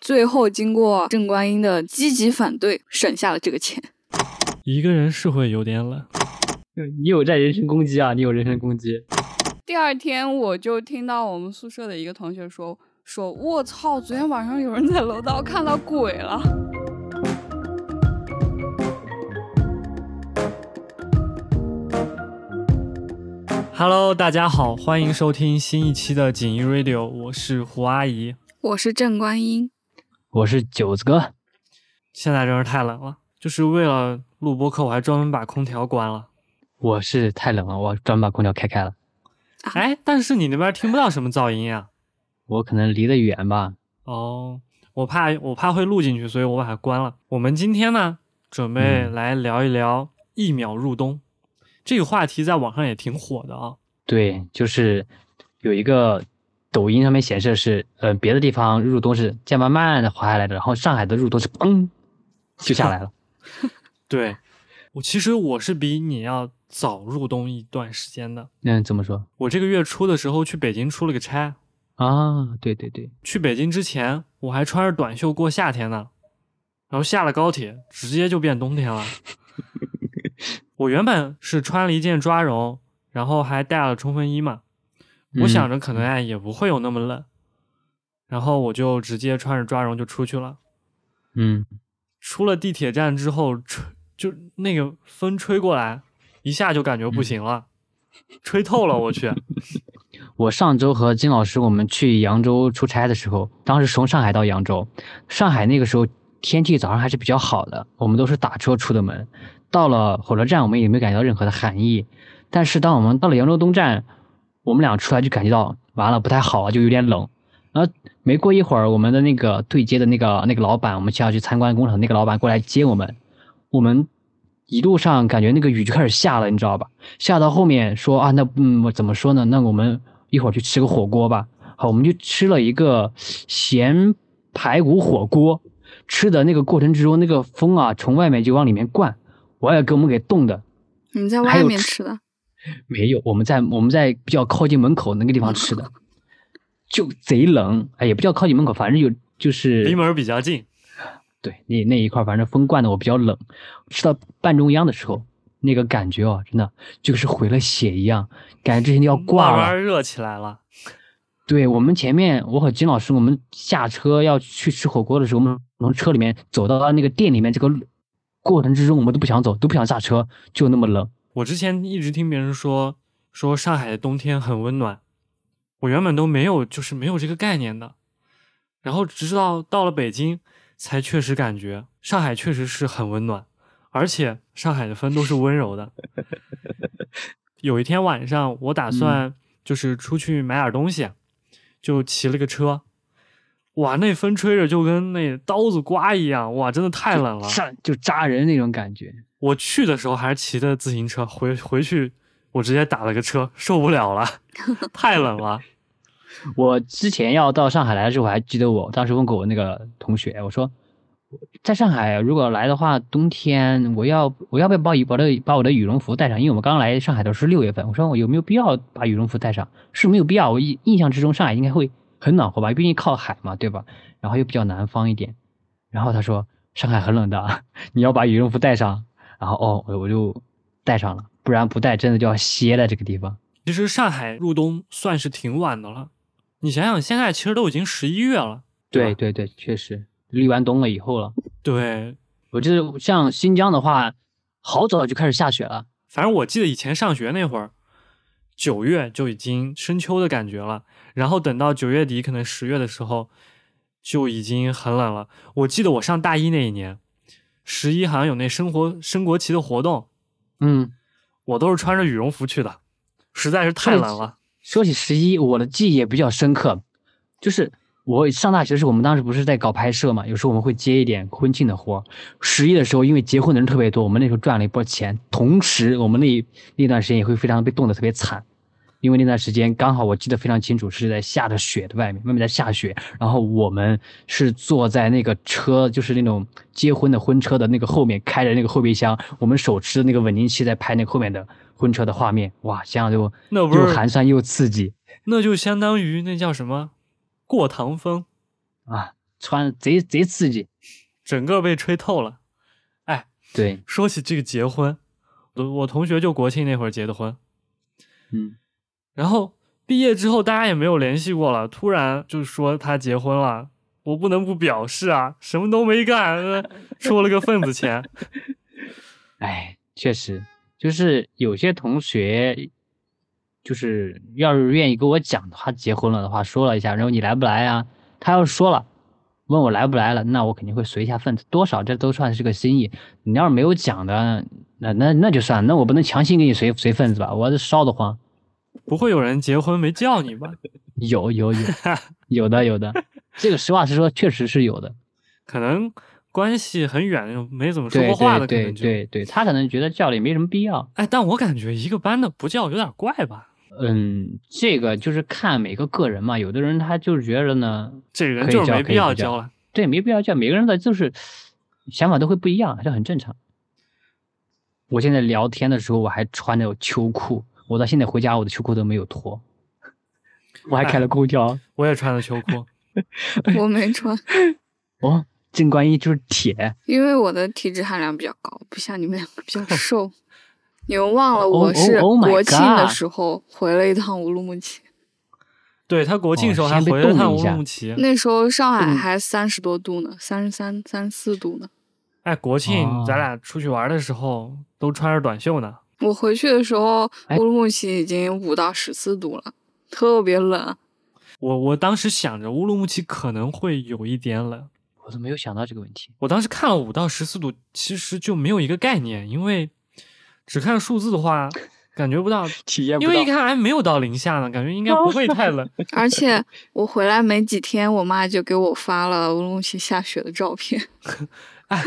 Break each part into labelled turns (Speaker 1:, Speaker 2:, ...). Speaker 1: 最后经过郑观音的积极反对，省下了这个钱。
Speaker 2: 一个人是会有点懒。
Speaker 3: 你有在人身攻击啊！你有人身攻击。
Speaker 1: 第二天我就听到我们宿舍的一个同学说：“说我操，昨天晚上有人在楼道看到鬼了。”
Speaker 2: 哈喽，大家好，欢迎收听新一期的锦衣 Radio，我是胡阿姨。
Speaker 1: 我是郑观音，
Speaker 3: 我是九子哥，
Speaker 2: 现在真是太冷了，就是为了录播课，我还专门把空调关了。
Speaker 3: 我是太冷了，我专门把空调开开了。
Speaker 2: 哎，但是你那边听不到什么噪音呀、
Speaker 3: 我可能离得远吧，
Speaker 2: 哦，我怕我怕会录进去，所以我把它关了。我们今天呢，准备
Speaker 3: 嗯
Speaker 2: 来聊一聊一秒入冬、这个话题，在网上也挺火的啊。
Speaker 3: 对，就是有一个抖音上面显示是，呃，别的地方入冬是这样慢慢的滑下来的，然后上海的入冬是砰就下来了。
Speaker 2: 对，我其实我是比你要早入冬一段时间的。
Speaker 3: 嗯，怎么说
Speaker 2: 我这个月初的时候去北京出了个差，
Speaker 3: 啊？对对对，
Speaker 2: 去北京之前我还穿着短袖过夏天呢，然后下了高铁直接就变冬天了。我原本是穿了一件抓绒，然后还带了冲锋衣嘛，我想着可能哎也不会有那么冷，然后我就直接穿着抓绒就出去了。
Speaker 3: 嗯，
Speaker 2: 出了地铁站之后，吹就那个风吹过来，一下就感觉
Speaker 3: 嗯
Speaker 2: 不行了，吹透了我去。
Speaker 3: 我上周和金老师我们去扬州出差的时候，当时从上海到扬州，上海那个时候天气早上还是比较好的，我们都是打车出的门，到了火车站我们也没有感觉到任何的寒意，但是当我们到了扬州东站，我们俩出来就感觉到完了不太好了，啊就有点冷。然后没过一会儿，我们的那个对接的那个那个老板，我们想要去参观工厂，那个老板过来接我们，我们一路上感觉那个雨就开始下了，你知道吧？下到后面说啊，那嗯，我怎么说呢？那我们一会儿去吃个火锅吧。好，我们就吃了一个咸排骨火锅，吃的那个过程之中，那个风啊从外面就往里面灌，我也给我们给冻的。
Speaker 1: 你们在
Speaker 3: 还
Speaker 1: 外
Speaker 3: 有
Speaker 1: 面
Speaker 3: 吃
Speaker 1: 吃 的，
Speaker 3: 没有，我们在我们在比较靠近门口那个地方吃的，就贼冷，哎，也不叫靠近门口，反正有就是
Speaker 2: 离门儿比较近，
Speaker 3: 对，那那一块儿反正风灌的我比较冷，吃到半中央的时候，那个感觉哦，真的就是回了血一样，感觉之前就要挂
Speaker 2: 慢
Speaker 3: 了。
Speaker 2: 慢热起来了。
Speaker 3: 对我们前面，我和金老师，我们下车要去吃火锅的时候，我们从车里面走到那个店里面，这个路过程之中我们都不想走，都不想下车，就那么冷。
Speaker 2: 我之前一直听别人说说上海的冬天很温暖，我原本都没有就是没有这个概念的，然后直到到了北京才确实感觉上海确实是很温暖，而且上海的风都是温柔的。有一天晚上，我打算就是出去买点东西，就骑了个车，哇，那风吹着就跟那刀子刮一样，哇，真的太冷了。
Speaker 3: 上就扎人那种感觉。
Speaker 2: 我去的时候还是骑的自行车，回回去我直接打了个车，受不了了，太冷了。
Speaker 3: 我之前要到上海来的时候，我还记得我当时问过我那个同学，我说，在上海如果来的话，冬天我要我要不要把羽把的把我的羽绒服带上？因为我们刚来上海的时候是六月份，我说我有没有必要把羽绒服带上？是没有必要，我印印象之中上海应该会很暖和吧，毕竟靠海嘛，对吧？然后又比较南方一点。然后他说上海很冷的， 你要把羽绒服带上。然后哦，我我就带上了，不然不带真的就要歇了这个地方。
Speaker 2: 其实上海入冬算是挺晚的了，你想想现在其实都已经十一月了，
Speaker 3: 对
Speaker 2: 吧
Speaker 3: 对对，确实立完冬了以后了。
Speaker 2: 对，
Speaker 3: 我记得像新疆的话，好早就开始下雪了。
Speaker 2: 反正我记得以前上学那会儿，九月就已经深秋的感觉了，然后等到九月底可能十月的时候就已经很冷了。我记得我上大一那一年，十一好像有那升国升国旗的活动，
Speaker 3: 嗯，
Speaker 2: 我都是穿着羽绒服去的，实在是太
Speaker 3: 对
Speaker 2: 冷了。
Speaker 3: 说起十一，我的记忆也比较深刻，就是我上大学的时候，我们当时不是在搞拍摄嘛，有时候我们会接一点婚庆的活儿。十一的时候，因为结婚的人特别多，我们那时候赚了一波钱，同时我们那一那段时间也会非常被冻得特别惨。因为那段时间刚好我记得非常清楚，是在下着雪的外面，外面在下雪，然后我们是坐在那个车，就是那种结婚的婚车的那个后面，开着那个后备箱，我们手持的那个稳定器在拍那个后面的婚车的画面，哇，想想就
Speaker 2: 那不
Speaker 3: 又
Speaker 2: 是
Speaker 3: 寒酸又刺激
Speaker 2: 那就相当于那叫什么过堂风，
Speaker 3: 啊！穿贼贼刺激。
Speaker 2: 整个被吹透了。哎，
Speaker 3: 对，
Speaker 2: 说起这个结婚，我我同学就国庆那会儿结的婚，
Speaker 3: 嗯，
Speaker 2: 然后毕业之后大家也没有联系过了，突然就说他结婚了，我不能不表示啊，什么都没干，呃收了个份子钱。
Speaker 3: 哎，确实，就是有些同学，就是要是愿意跟我讲他结婚了的话，说了一下，然后你来不来啊？他要是说了，问我来不来了，那我肯定会随一下份子，多少这都算是个心意。你要是没有讲的，那那那就算了，那我不能强行给你随随份子吧，我这烧得慌。
Speaker 2: 不会有人结婚没叫你吧？
Speaker 3: 有 有有有的有的，这个实话实说，确实是有的。
Speaker 2: 可能关系很远，那种没怎么说
Speaker 3: 对
Speaker 2: 过话的，
Speaker 3: 对
Speaker 2: 可
Speaker 3: 对
Speaker 2: 能就
Speaker 3: 对对，他可能觉得叫了也没什么必要。
Speaker 2: 哎，但我感觉一个班的不叫有点怪吧？
Speaker 3: 嗯，这个就是看每个个人嘛，有的人他就是觉得呢，
Speaker 2: 这个人
Speaker 3: 可以
Speaker 2: 就是
Speaker 3: 叫
Speaker 2: 没
Speaker 3: 可
Speaker 2: 必
Speaker 3: 以
Speaker 2: 要
Speaker 3: 不叫
Speaker 2: 交了。
Speaker 3: 对，没必要叫，每个人的就是想法都会不一样，这很正常。我现在聊天的时候，我还穿着秋裤，我到现在回家我的秋裤都没有脱，我还开了 空调。
Speaker 2: 我也穿的秋裤，
Speaker 1: 我没穿，
Speaker 3: 哦，正观音就是铁，
Speaker 1: 因为我的体脂含量比较高，不像你们两个 比较瘦。你们忘了，
Speaker 3: Oh-
Speaker 1: 我
Speaker 3: oh-
Speaker 1: 是
Speaker 3: oh my
Speaker 1: 国庆的
Speaker 3: God
Speaker 1: 时候回了一趟乌鲁木齐，
Speaker 2: 对他国庆
Speaker 3: 哦
Speaker 2: 时候
Speaker 3: 先
Speaker 2: 还
Speaker 3: 被
Speaker 2: 回了
Speaker 3: 冻
Speaker 2: 趟
Speaker 3: 一
Speaker 2: 乌
Speaker 3: 下
Speaker 2: 鲁木齐。
Speaker 1: 那时候上海
Speaker 3: 嗯
Speaker 1: 还三十多度呢，三十三、三十四度呢。
Speaker 2: 哎，国庆
Speaker 3: 哦
Speaker 2: 咱俩出去玩的时候都穿着短袖呢。
Speaker 1: 我回去的时候，
Speaker 3: 哎
Speaker 1: 乌鲁木齐已经五到十四度了，特别冷。
Speaker 2: 我我当时想着乌鲁木齐可能会有一点冷，
Speaker 3: 我都没有想到这个问题。
Speaker 2: 我当时看了五到十四度，其实就没有一个概念，因为只看数字的话感觉不到，
Speaker 3: 体验
Speaker 2: 因为一看还没有到零下呢，感觉应该不会太 冷。
Speaker 1: 而 且我回来没几天，我妈就给我发了乌鲁木齐下雪的照片。
Speaker 2: 哎，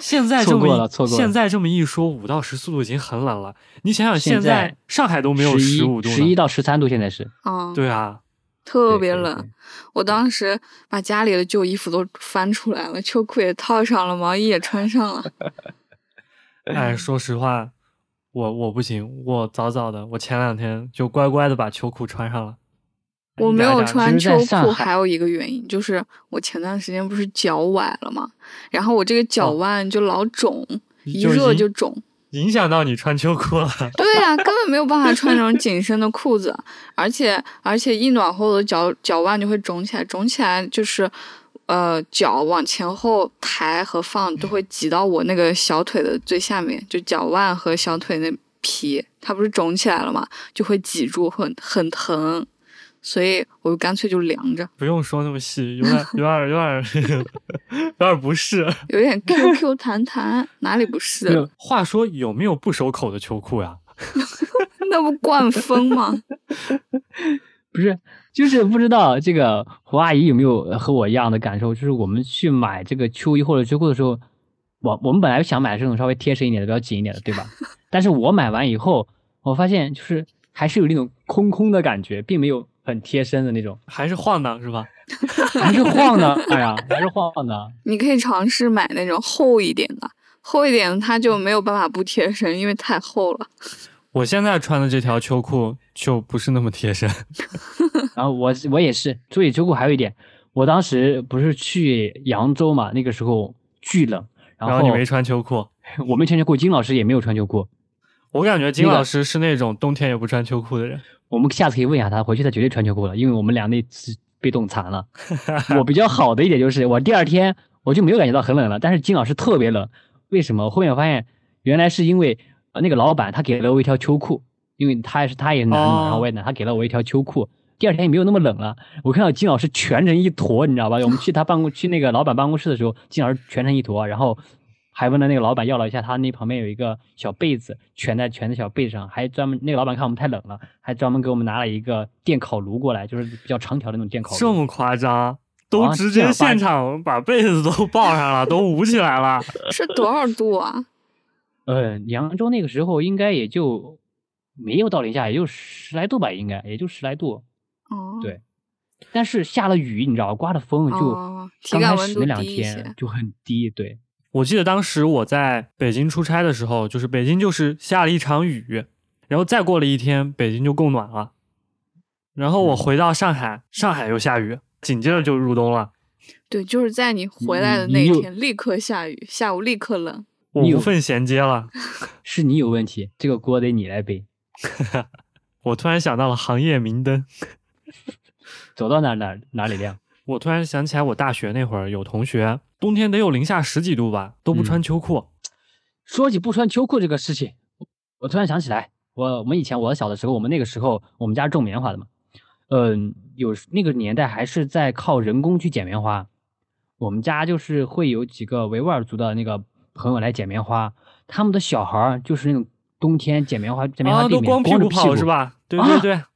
Speaker 2: 现在这
Speaker 3: 错
Speaker 2: 么
Speaker 3: 过
Speaker 2: 一
Speaker 3: 了错过
Speaker 2: 现
Speaker 3: 了
Speaker 2: 在这么一说，五到十四度已经很冷了。你想想，现
Speaker 3: 现在
Speaker 2: 在上海都没有十五度呢
Speaker 3: 十一到十三度现在是
Speaker 1: 啊、嗯，
Speaker 2: 对啊，
Speaker 1: 特别
Speaker 3: 对对
Speaker 1: 冷。
Speaker 3: 对
Speaker 1: 我当时把家里的旧衣服都翻出来了，秋裤也套上了，毛衣也穿上了。
Speaker 2: 哎，说实话，我我不行，我早早的，我前两天就乖乖的把秋裤穿上了。
Speaker 1: 我
Speaker 2: 一
Speaker 1: 没
Speaker 2: 点儿
Speaker 1: 有
Speaker 2: 一点儿地
Speaker 1: 穿
Speaker 3: 其实在
Speaker 1: 秋
Speaker 3: 上
Speaker 1: 裤，
Speaker 3: 海
Speaker 1: 还有一个原因就是我前段时间不是脚崴了嘛，然后我这个脚
Speaker 2: 哦
Speaker 1: 腕就老肿，一
Speaker 2: 是
Speaker 1: 热
Speaker 2: 影
Speaker 1: 就肿。
Speaker 2: 影响到你穿秋裤了。
Speaker 1: 对呀、根本没有办法穿那种紧身的裤子，而且而且一暖和我的脚脚腕就会肿起来，肿起来就是，呃，脚往前后抬和放都会挤到我那个小腿的最下面，就脚腕和小腿那皮，它不是肿起来了嘛，就会挤住，很很疼，所以我就干脆就凉着，
Speaker 2: 不用说那么细，有点有点有点 有点不适。
Speaker 1: 有点 Q Q 弹弹，哪里不是？
Speaker 2: 话说有没有不收口的秋裤呀、
Speaker 1: 那不灌风吗？
Speaker 3: 不是，就是不知道这个胡阿姨有没有呃和我一样的感受，就是我们去买这个秋衣或者秋裤的时候，我我们本来想买这种稍微贴身一点的、比较紧一点的，对吧？但是我买完以后，我发现就是还是有那种空空的感觉，并没有很贴身的那 种，
Speaker 2: 还是晃荡是吧？
Speaker 3: 还是晃的，哎呀，还是晃的。
Speaker 1: 你可以尝试买那种厚一点的，厚一点的它就没有办法不贴身，因为太厚了。
Speaker 2: 我现在穿的这条秋裤就不是那么贴身。
Speaker 3: 然后我我也是，注意秋裤还有一点，我当时不是去扬州嘛，那个时候巨冷，然
Speaker 2: 然
Speaker 3: 后
Speaker 2: 后你没穿秋裤，
Speaker 3: 我没穿秋裤，金老师也没有穿秋裤。
Speaker 2: 我感觉金
Speaker 3: 那个
Speaker 2: 老师是那种冬天也不穿秋裤的人。
Speaker 3: 我们下次可以问一下他，回去他绝对穿秋裤了，因为我们俩那次被冻残了。我比较好的一点就是，我第二天我就没有感觉到很冷了，但是金老师特别冷，为什么？后面我发现原来是因为呃那个老板他给了我一条秋裤，因为他也是他也难
Speaker 2: 哦
Speaker 3: 嘛，然后我也难，他给了我一条秋裤。第二天也没有那么冷了，我看到金老师全程一坨，你知道吧？我们去他办公去那个老板办公室的时候，金老师全程一坨，然后还问了那个老板要了一下，他那旁边有一个小被子，蜷在蜷在小被子上，还专门那个老板看我们太冷了，还专门给我们拿了一个电烤炉过来，就是比较长条的那种电烤
Speaker 2: 这
Speaker 3: 炉。
Speaker 2: 么夸张？都
Speaker 3: 啊
Speaker 2: 直
Speaker 3: 这
Speaker 2: 接
Speaker 3: 样吧
Speaker 2: 现场把被子都抱上了，都捂起来了。
Speaker 1: 是多少度啊？
Speaker 3: 呃，扬州那个时候应该也就没有到零下，也就十来度吧，应该也就十来度。
Speaker 1: 哦，
Speaker 3: 对但是下了雨，你知道，刮了风就
Speaker 1: 哦，体
Speaker 3: 刚
Speaker 1: 感
Speaker 3: 开
Speaker 1: 温
Speaker 3: 始
Speaker 1: 度
Speaker 3: 那两
Speaker 1: 低一些
Speaker 3: 天。就很低，对，
Speaker 2: 我记得当时我在北京出差的时候，就是北京就是下了一场雨，然后再过了一天，北京就供暖了。然后我回到上海，上海又下雨，紧接着就入冬了。
Speaker 1: 对，就是在你回来的那一
Speaker 3: 你
Speaker 1: 天，立刻下雨，下午立刻冷。
Speaker 2: 我
Speaker 3: 你有
Speaker 2: 无缝衔接了。
Speaker 3: 是你有问题，这个锅得你来背，
Speaker 2: 我突然想到了行业明灯，
Speaker 3: 走到哪儿哪儿哪里亮。
Speaker 2: 我突然想起来，我大学那会儿有同学，冬天得有零下十几度吧，都不穿
Speaker 3: 嗯
Speaker 2: 秋裤。
Speaker 3: 说起不穿秋裤这个事情，我我突然想起来，我我们以前我小的时候，我们那个时候我们家种棉花的嘛，嗯、有时那个年代还是在靠人工去捡棉花，我们家就是会有几个维吾尔族的那个朋友来捡棉花，他们的小孩儿就是那种冬天捡棉花，在棉
Speaker 2: 啊，
Speaker 3: 花地
Speaker 2: 都
Speaker 3: 里面
Speaker 2: 光
Speaker 3: 光着
Speaker 2: 股
Speaker 3: 屁
Speaker 2: 跑是？ 吧？对对
Speaker 3: 啊
Speaker 2: 对，
Speaker 1: 啊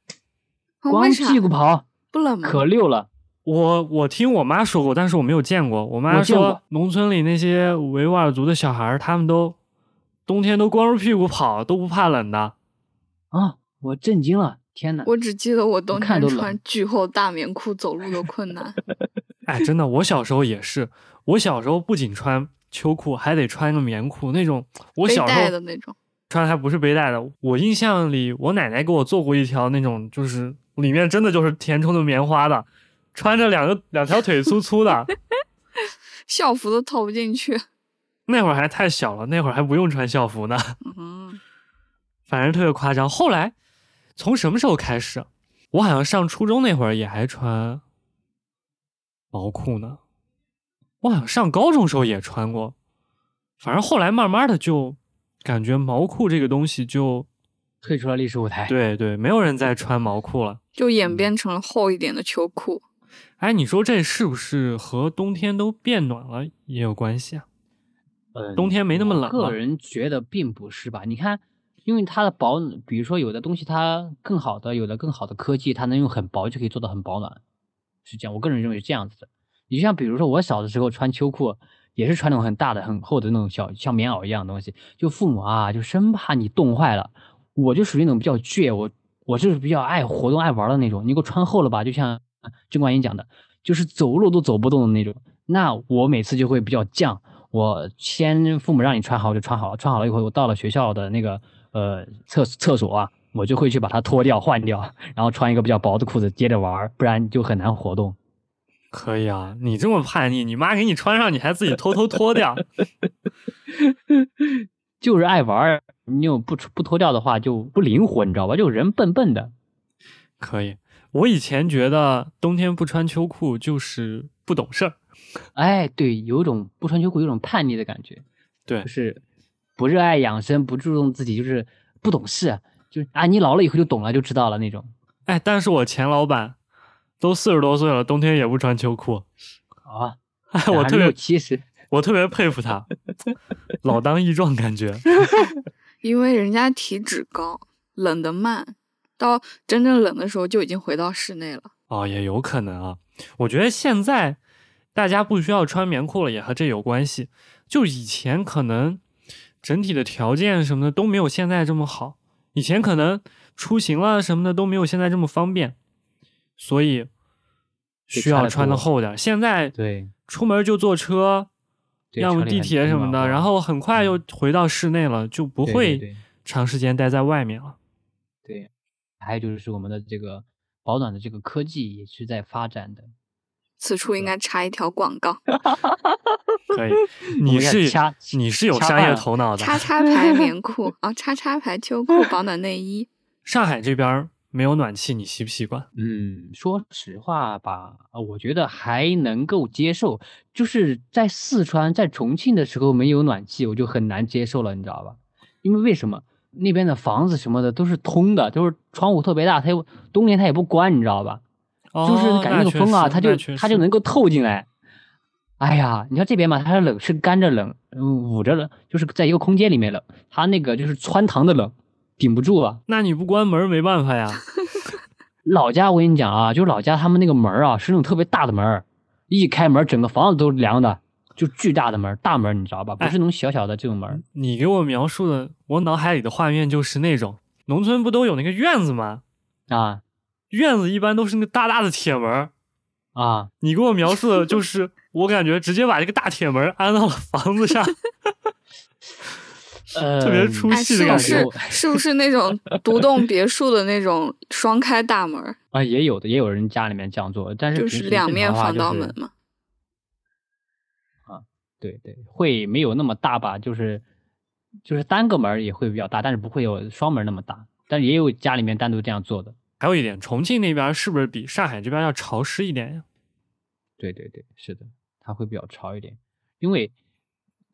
Speaker 3: 光
Speaker 1: 为啥
Speaker 3: 屁股跑，
Speaker 1: 不冷吗？
Speaker 3: 可溜了。
Speaker 2: 我我听我妈说过，但是我没有见过。我妈
Speaker 3: 我见
Speaker 2: 说
Speaker 3: 过，
Speaker 2: 农村里那些维吾尔族的小孩儿，他们都冬天都光着屁股跑，都不怕冷的。
Speaker 3: 啊！我震惊了，天哪！
Speaker 1: 我只记得我冬
Speaker 3: 看
Speaker 1: 天
Speaker 3: 都冷
Speaker 1: 穿巨厚大棉裤走路都困 难。
Speaker 2: 哎，真的，我小时候也是，我小时候不仅穿秋裤，还得穿个棉裤，那种我
Speaker 1: 背
Speaker 2: 小时
Speaker 1: 带
Speaker 2: 候
Speaker 1: 的那种，
Speaker 2: 穿还不是背带的。我印象里，我奶奶给我做过一条那种，就是里面真的就是填充的棉花的，穿着两个两条腿粗粗的。
Speaker 1: 校服都套不进 去。
Speaker 2: 那会儿还太小了，那会儿还不用穿校服呢。
Speaker 1: 嗯，
Speaker 2: 反正特别夸张。后来从什么时候开始？我好像上初中那会儿也还穿毛裤呢，我好像上高中时候也穿过。反正后来慢慢的就感觉毛裤这个东西就
Speaker 3: 退出了历史舞台。
Speaker 2: 对对，没有人再穿毛裤了。
Speaker 1: 就演
Speaker 3: 嗯
Speaker 1: 变成了厚一点的秋裤。
Speaker 2: 哎，你说这是不是和冬天都变暖了也有关系啊？
Speaker 3: 嗯，
Speaker 2: 冬天没那么
Speaker 3: 我
Speaker 2: 冷
Speaker 3: 个
Speaker 2: 了
Speaker 3: 人觉得并不是吧？你看，因为它的保，比如说有的东西它更好的，有的更好的科技，它能用很薄就可以做到很保暖，是这样。我个人认为是这样子的。你就像比如说我小的时候穿秋裤，也是穿那种很大的、很厚的那种小像棉袄一样的东西，就父母啊就生怕你冻坏了。我就属于那种比较倔，我我就是比较爱活动、爱玩的那种。你给我穿厚了吧，就像 郑观音讲的，就是走路都走不动的那种。那我每次就会比较犟，我先父母让你穿好我就穿好了，穿好了一会儿我到了学校的那个呃厕厕所啊，我就会去把它脱掉换掉，然后穿一个比较薄的裤子接着玩儿，不然就很难活动。
Speaker 2: 可以啊，你这么叛逆，你妈给你穿上，你还自己偷偷脱掉。
Speaker 3: 就是爱玩儿，你又不不脱掉的话就不灵活，你知道吧？就人笨笨的。
Speaker 2: 可以。我以前觉得冬天不穿秋裤就是不懂事儿，
Speaker 3: 哎，对，有一种不穿秋裤有一种叛逆的感觉，
Speaker 2: 对
Speaker 3: 就是不热爱养生，不注重自己，就是不懂事，就是啊，你老了以后就懂了，就知道了那种。
Speaker 2: 哎，但是我前老板都四十多岁了，冬天也不穿秋裤，
Speaker 3: 啊，
Speaker 2: 哎， 我特
Speaker 3: 六
Speaker 2: 别
Speaker 3: 七十，
Speaker 2: 我特别佩服 他，老当益壮感觉。
Speaker 1: 因为人家体脂高，冷得慢，到真正冷的时候就已经回到室内了。
Speaker 2: 哦，也有可能啊。我觉得现在大家不需要穿棉裤了，也和这有关系。就以前可能整体的条件什么的都没有现在这么好，以前可能出行了什么的都没有现在这么方便，所以需
Speaker 3: 就穿
Speaker 2: 要
Speaker 3: 得
Speaker 2: 穿的
Speaker 3: 多
Speaker 2: 厚点儿。现在
Speaker 3: 对，
Speaker 2: 出门就坐车，
Speaker 3: 对
Speaker 2: 要
Speaker 3: 车
Speaker 2: 么
Speaker 3: 里
Speaker 2: 地
Speaker 3: 很
Speaker 2: 铁
Speaker 3: 很
Speaker 2: 什么
Speaker 3: 暖
Speaker 2: 的，
Speaker 3: 和
Speaker 2: 然后很快又
Speaker 3: 嗯
Speaker 2: 回到室内了，就不
Speaker 3: 对对
Speaker 2: 会
Speaker 3: 对
Speaker 2: 长时间待在外面了。
Speaker 3: 对，还有就是我们的这个保暖的这个科技也是在发展的。
Speaker 1: 此处应该插一条广告，
Speaker 2: 可 以，
Speaker 3: 我
Speaker 2: 你
Speaker 3: 们要
Speaker 2: 是
Speaker 3: 掐
Speaker 2: 你是有
Speaker 3: 掐
Speaker 2: 商
Speaker 3: 饭
Speaker 2: 业
Speaker 3: 了
Speaker 2: 头脑的。
Speaker 1: 叉 叉牌棉裤啊，叉叉牌秋裤保暖内衣。
Speaker 2: 上海这边儿没有暖气，你习不习惯？
Speaker 3: 嗯，说实话吧，呃我觉得还能够接受。就是在四川、在重庆的时候没有暖气，我就很难接受了，你知道吧？因为为什么那边的房子什么的都是通的，就是窗户特别大，它又冬天它也不关，你知道吧？
Speaker 2: 哦
Speaker 3: 就是感觉那个风啊，它就它就能够透进来。哎呀，你看这边嘛，它是冷，是干着冷，嗯，捂着冷，就是在一个空间里面冷，它那个就是穿堂的冷，顶不住啊。
Speaker 2: 那你不关门儿没办法呀。
Speaker 3: 老家我跟你讲啊，就是老家他们那个门儿啊，是那种特别大的门儿，一开门整个房子都凉的，就巨大的门儿，大门儿你知道吧？不
Speaker 2: 哎
Speaker 3: 是那种小小的这种门儿。
Speaker 2: 你给我描述的，我脑海里的画面就是那种农村不都有那个院子吗？
Speaker 3: 啊
Speaker 2: 院子一般都是那个大大的铁门儿，
Speaker 3: 啊，
Speaker 2: 你给我描述的就是， 我感觉直接把这个大铁门儿安到了房子 上，
Speaker 3: 呃，
Speaker 2: 特别出
Speaker 1: 哎，
Speaker 2: 戏
Speaker 1: 是
Speaker 2: 的
Speaker 1: 不
Speaker 2: 感
Speaker 1: 是
Speaker 2: 觉。
Speaker 3: 我
Speaker 1: 是不是那种独栋别墅的那种双开大门儿，
Speaker 3: 啊，也有的，也有人家里面这样做，但是
Speaker 1: 就
Speaker 3: 平
Speaker 1: 是
Speaker 3: 时
Speaker 1: 两
Speaker 3: 正
Speaker 1: 面
Speaker 3: 常的话
Speaker 1: 防
Speaker 3: 就
Speaker 1: 盗
Speaker 3: 是
Speaker 1: 门嘛？
Speaker 3: 对对，会没有那么大吧，就是就是单个门儿也会比较大，但是不会有双门儿那么大，但也有家里面单独这样做的。
Speaker 2: 还有一点，重庆那边是不是比上海这边要潮湿一点呀？
Speaker 3: 对对对，是的，它会比较潮一点，因为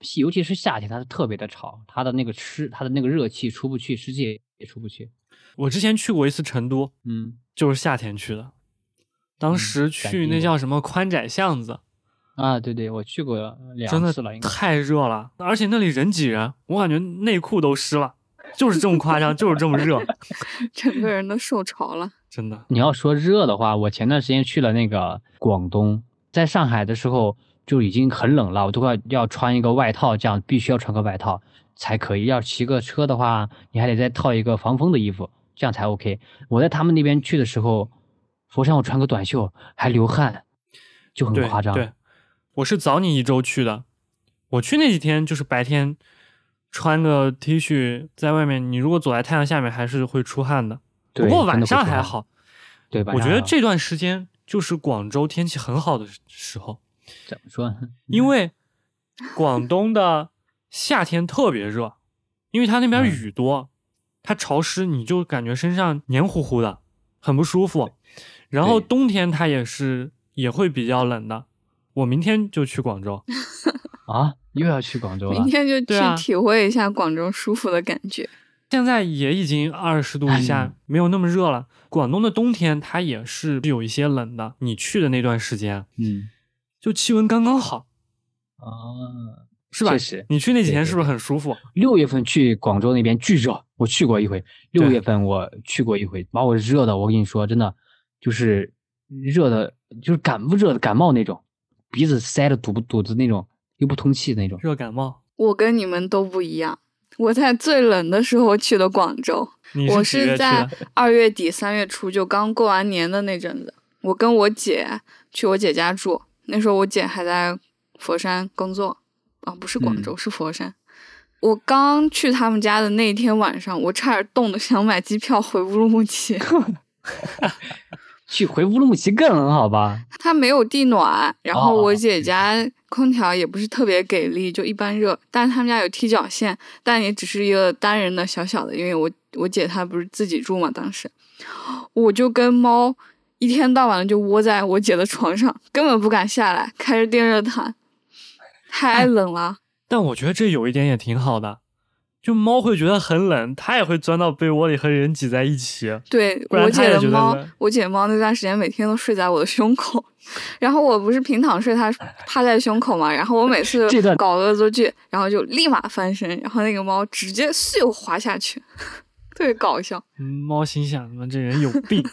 Speaker 3: 西尤其是夏天，它是特别的潮，它的那个湿，它的那个热气出不去，湿气也出不去。
Speaker 2: 我之前去过一次成都，
Speaker 3: 嗯
Speaker 2: 就是夏天去的，当
Speaker 3: 嗯
Speaker 2: 时
Speaker 3: 感
Speaker 2: 去
Speaker 3: 觉
Speaker 2: 那
Speaker 3: 有
Speaker 2: 叫什么宽窄巷子，
Speaker 3: 啊，对对，我去过两
Speaker 2: 真的
Speaker 3: 次了，应该
Speaker 2: 太热了，而且那里人挤人，我感觉内裤都湿了，就是这么夸张，就是这么热，
Speaker 1: 整个人都受潮了。
Speaker 2: 真 的。
Speaker 3: 你要说热的话，我前段时间去了那个广东，在上海的时候就已经很冷了，我都快要穿一个外套，这样必须要穿个外套才可以。要骑个车的话，你还得再套一个防风的衣服，这样才 OK。我在他们那边去的时候，佛山我穿个短袖还流汗，就很
Speaker 2: 对
Speaker 3: 夸张。
Speaker 2: 对，我是早你一周去的，我去那几天就是白天穿个 T 恤在外面，你如果走在太阳下面还是会出汗的。不
Speaker 3: 对
Speaker 2: 过
Speaker 3: 真
Speaker 2: 晚
Speaker 3: 的会
Speaker 2: 上
Speaker 3: 出
Speaker 2: 还
Speaker 3: 汗
Speaker 2: 好，
Speaker 3: 对吧？
Speaker 2: 我觉
Speaker 3: 然
Speaker 2: 得
Speaker 3: 后
Speaker 2: 这段时间就是广州天气很好的时候，
Speaker 3: 怎么说？
Speaker 2: 因为广东的夏天特别热，因为它那边
Speaker 3: 嗯
Speaker 2: 雨多，它潮湿，你就感觉身上黏糊糊的，很不舒服。然后
Speaker 3: 对
Speaker 2: 冬天它也是也会比较冷的。我明天就去广州，
Speaker 3: 啊，又要去广州了
Speaker 1: 明。天就
Speaker 2: 对啊
Speaker 1: 去体会一下广州舒服的感觉。
Speaker 2: 现在也已经二十度以
Speaker 3: 哎
Speaker 2: 下，没有那么热了。广东的冬天它也是有一些冷的，你去的那段时间
Speaker 3: 嗯
Speaker 2: 就气温刚刚好，
Speaker 3: 啊，
Speaker 2: 是吧
Speaker 3: 确实，
Speaker 2: 你去那几
Speaker 3: 对
Speaker 2: 天
Speaker 3: 对
Speaker 2: 是不是很舒服？
Speaker 3: 六月份去广州那边巨热，我去过一回。六
Speaker 2: 对
Speaker 3: 月份我去过一回，把我热的，我跟你说，真的就是热的，就是感不热的感冒那种，鼻子塞的堵不堵的那种，又不通气的那种。
Speaker 2: 热感冒？
Speaker 1: 我跟你们都不一样，我在最冷的时候去的广州，
Speaker 2: 你
Speaker 1: 我
Speaker 2: 几月
Speaker 1: 是
Speaker 2: 去的
Speaker 1: 在？二月底三月初就刚过完年的那阵子，我跟我姐去我姐家住，那时候我姐还在佛山工作，啊，不是广
Speaker 3: 嗯
Speaker 1: 州，是佛山。我刚去他们家的那一天晚上，我差点冻得想买机票回乌鲁木齐。
Speaker 3: 去回乌鲁木齐更冷，好吧？
Speaker 1: 它没有地暖，然后
Speaker 3: 哦
Speaker 1: 我姐家空调也不是特别给力，就一般热。但是他们家有踢脚线，但也只是一个单人的小小的，因为我我姐她不是自己住嘛，当时我就跟猫一天到晚的就窝在我姐的床上，根本不敢下来，开着电热毯，太冷了。
Speaker 2: 但我觉得这有一点也挺好的，就猫会觉得很冷，它也会钻到被窝里和人挤在一起。
Speaker 1: 对
Speaker 2: 不然
Speaker 1: 我
Speaker 2: 它
Speaker 1: 姐
Speaker 2: 也
Speaker 1: 的
Speaker 2: 觉得
Speaker 1: 猫
Speaker 2: 冷，
Speaker 1: 我姐猫那段时间每天都睡在我的胸口， 然后我不是平躺睡，它趴在胸口嘛，然后我每次
Speaker 3: 这段
Speaker 1: 搞恶作剧，然后就立马翻身，然后那个猫直接咻滑下去， 特别搞笑。
Speaker 2: 嗯猫心想：你们这人有 病。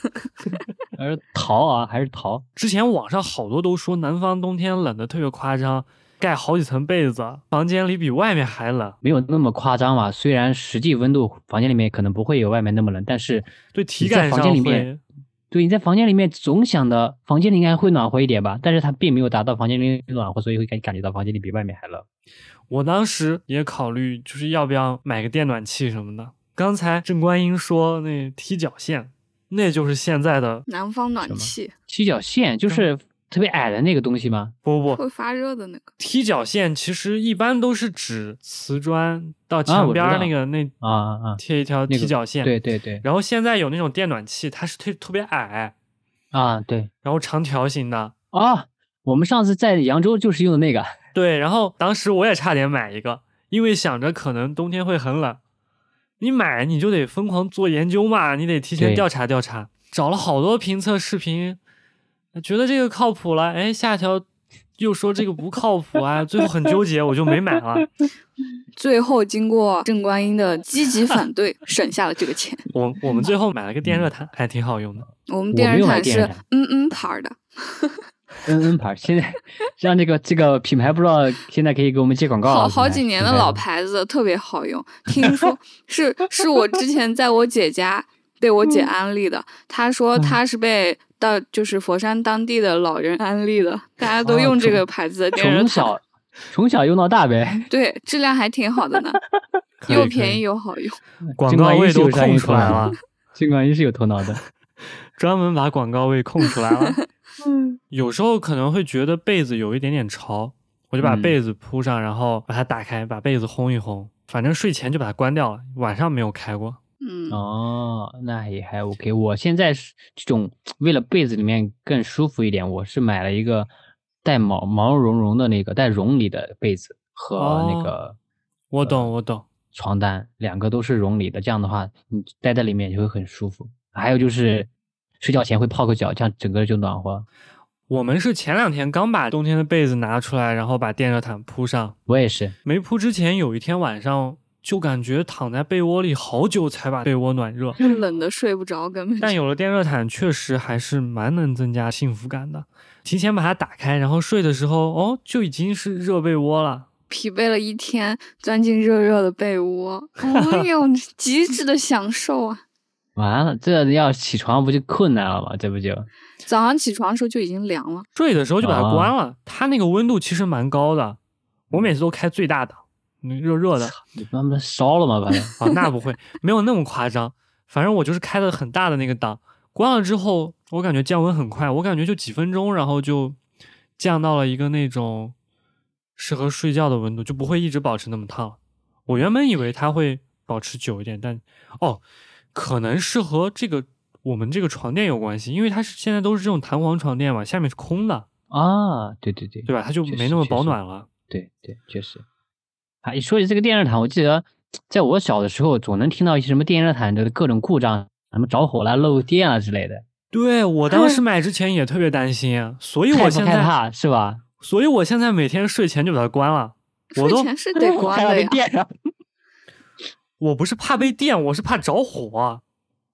Speaker 3: 还是逃啊，还是逃？
Speaker 2: 之前网上好多都说南方冬天冷的特别夸张，盖好几层被子，房间里比外面还冷，
Speaker 3: 没有那么夸张吧？虽然实际温度房间里面可能不会有外面那么冷，但是
Speaker 2: 对体
Speaker 3: 你在
Speaker 2: 感
Speaker 3: 房
Speaker 2: 上
Speaker 3: 间里
Speaker 2: 会
Speaker 3: 面。对，你在房间里面总想的，房间里应该会暖和一点吧，但是它并没有达到房间里暖和，所以会感感觉到房间里比外面还冷。
Speaker 2: 我当时也考虑，就是要不要买个电暖器什么的。刚才郑观音说那踢脚线，那就是现在的
Speaker 1: 南方暖
Speaker 3: 什么
Speaker 1: 气
Speaker 3: 踢脚线就是特别矮的那个东西吗？
Speaker 2: 不不不
Speaker 1: 会发热的那个，
Speaker 2: 踢脚线，其实一般都是指瓷砖到
Speaker 3: 啊
Speaker 2: 墙
Speaker 3: 我知
Speaker 2: 边儿
Speaker 3: 道
Speaker 2: 那个、那
Speaker 3: 啊啊啊！
Speaker 2: 贴一条
Speaker 3: 那
Speaker 2: 踢
Speaker 3: 个
Speaker 2: 脚线。
Speaker 3: 对对对
Speaker 2: 然后现在有那种电暖器，它是特特别矮，
Speaker 3: 啊对
Speaker 2: 然后长条形的。
Speaker 3: 啊！我们上次在扬州就是用的那个，
Speaker 2: 对，然后当时我也差点买一个，因为想着可能冬天会很冷，你买你就得疯狂做研究嘛，你得提前
Speaker 3: 对
Speaker 2: 调查调查。找了好多评测视频，觉得这个靠谱了，哎，下条又说这个不靠谱啊，最后很纠结，我就没买了。
Speaker 1: 最后经过郑观音的积极反 对，省下了这个钱。
Speaker 2: 我我们最后买了个电
Speaker 3: 嗯
Speaker 2: 热毯，还挺好用
Speaker 3: 哎
Speaker 2: 的。
Speaker 1: 我们
Speaker 3: 我
Speaker 1: 电
Speaker 3: 没
Speaker 1: 热
Speaker 3: 有买
Speaker 1: 毯
Speaker 3: 电
Speaker 1: 是
Speaker 3: 热毯
Speaker 1: 嗯嗯牌儿的，
Speaker 3: 嗯嗯牌儿。现 在让这个这个品牌不知道现在可以给我们接广告啊
Speaker 1: 好
Speaker 3: 品牌
Speaker 1: 好几年的老牌子，特别好用。听说是是我之前在我姐家被我
Speaker 2: 嗯
Speaker 1: 姐安利的，她说她是被到就是佛山当地的老人安利的，大家都
Speaker 3: 哦
Speaker 1: 用这
Speaker 3: 从
Speaker 1: 个牌子的
Speaker 3: 品
Speaker 1: 电热
Speaker 3: 牌从
Speaker 1: 毯，
Speaker 3: 小 从小用到大 呗。
Speaker 1: 对，质量还挺好的呢，
Speaker 2: 可以
Speaker 1: 又
Speaker 2: 可
Speaker 1: 便
Speaker 2: 以
Speaker 1: 宜又好用。
Speaker 2: 广
Speaker 3: 尽
Speaker 2: 告
Speaker 3: 管
Speaker 2: 位
Speaker 3: 一是
Speaker 2: 都
Speaker 3: 有商
Speaker 2: 空
Speaker 3: 业
Speaker 2: 出
Speaker 3: 头
Speaker 2: 来
Speaker 3: 脑
Speaker 2: 了，
Speaker 3: 尽管一是有头脑的，
Speaker 2: 专门把 广告位空出来了。有时候可能会觉得被子有一点点潮，我就把
Speaker 3: 嗯
Speaker 2: 被子铺上，然后把它打开，把被子烘一烘。反正睡前就把它关掉了，晚上没有开过。
Speaker 1: 嗯，
Speaker 3: 哦，那也还 OK。我现在是这种为了被子里面更舒服一点，我是买了一个带毛毛茸茸的那个带绒里的被子和
Speaker 2: 哦
Speaker 3: 那个
Speaker 2: 我
Speaker 3: 嗯
Speaker 2: 懂，我懂。
Speaker 3: 床单，两个都是绒里的。这样的话，你待在里面就会很舒服。还有就是睡觉前会泡个脚，这样整个就暖和。
Speaker 2: 我们是前两天刚把冬天的被子拿出来，然后把电热毯铺上。
Speaker 3: 我也是，
Speaker 2: 没铺之前，有一天晚上就感觉躺在被窝里好久才把被窝暖热。
Speaker 1: 就冷的睡不着，根本就
Speaker 2: 但有了电热毯，确实还是蛮能增加幸福感的。提前把它打开，然后睡的时候，哦，就已经是热被窝了。
Speaker 1: 疲惫了一天，钻进热热的被窝，哎呦，极致的享受啊！
Speaker 3: 完了，这要起床不就困难了吗？这不就
Speaker 1: 早上起床的时候就已经凉了，
Speaker 2: 睡的时候就把它
Speaker 3: 啊
Speaker 2: 关了，它那个温度其实蛮高的，我每次都开最大档，嗯热热的
Speaker 3: 你慢慢烧了吗？把它
Speaker 2: 啊，那不会，没有那么夸张。反正我就是开的很大的那个档，关了之后，我感觉降温很快，我感觉就几分钟，然后就降到了一个那种适合睡觉的温度，就不会一直保持那么烫了。我原本以为它会保持久一点，但哦，可能是和这个我们这个床垫有关系，因为它是现在都是这种弹簧床垫嘛，下面是空的，
Speaker 3: 啊，对对对
Speaker 2: 对吧？它就
Speaker 3: 确
Speaker 2: 没
Speaker 3: 实
Speaker 2: 那么
Speaker 3: 确
Speaker 2: 保
Speaker 3: 实
Speaker 2: 暖了。
Speaker 3: 对对，确实。啊，一说起这个电热毯，我记得在我小的时候，总能听到一些什么电热毯的各种故障，什么着火了、漏电啊了之类的，
Speaker 2: 对我当时买之前也特别担心啊，所以
Speaker 3: 害
Speaker 2: 我
Speaker 3: 不
Speaker 2: 现
Speaker 3: 害
Speaker 2: 在，
Speaker 3: 怕是吧？
Speaker 2: 所以我现在每天睡前就把它关了。 我
Speaker 1: 睡
Speaker 2: 都
Speaker 1: 前是得关
Speaker 3: 害怕
Speaker 1: 的
Speaker 3: 被
Speaker 1: 呀。
Speaker 3: 电上。
Speaker 2: 我不是怕被电，我是怕着火。啊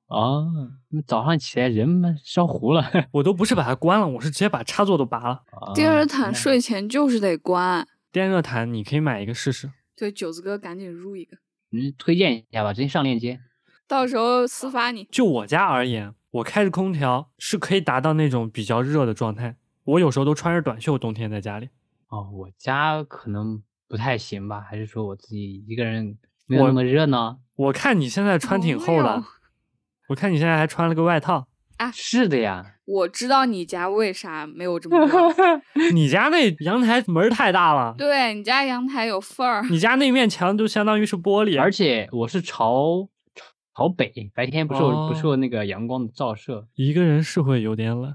Speaker 3: 哦，那早上起来人们烧糊了。
Speaker 2: 我都不是把它关了，我是直接把插座都拔了。
Speaker 3: 啊
Speaker 1: 电
Speaker 2: 嗯
Speaker 1: 热毯
Speaker 3: 那
Speaker 1: 睡前就是得关，
Speaker 2: 电热毯你可以买一个试试。
Speaker 1: 对，九子哥赶紧入一个，
Speaker 3: 你推荐一下吧，直接上链接。
Speaker 1: 到时候私发你。
Speaker 2: 就我家而言，我开着空调是可以达到那种比较热的状态。我有时候都穿着短袖，冬天在家里。
Speaker 3: 哦，我家可能不太行吧，还是说我自己一个人没有
Speaker 2: 我
Speaker 3: 那么热闹？
Speaker 2: 我看你现在穿挺厚
Speaker 1: 哎
Speaker 2: 的
Speaker 1: 呦，
Speaker 2: 我看你现在还穿了个外套。
Speaker 3: 是的 呀，
Speaker 1: 我知道你家为啥没有这么热，
Speaker 2: 你家那阳台门儿太大了，
Speaker 1: 对你家阳台有缝儿，
Speaker 2: 你家那面墙就相当于是玻璃，
Speaker 3: 而且我是朝朝北，白天不受、不
Speaker 2: 哦
Speaker 3: 受那个阳光的照射，
Speaker 2: 一个人是会有点冷。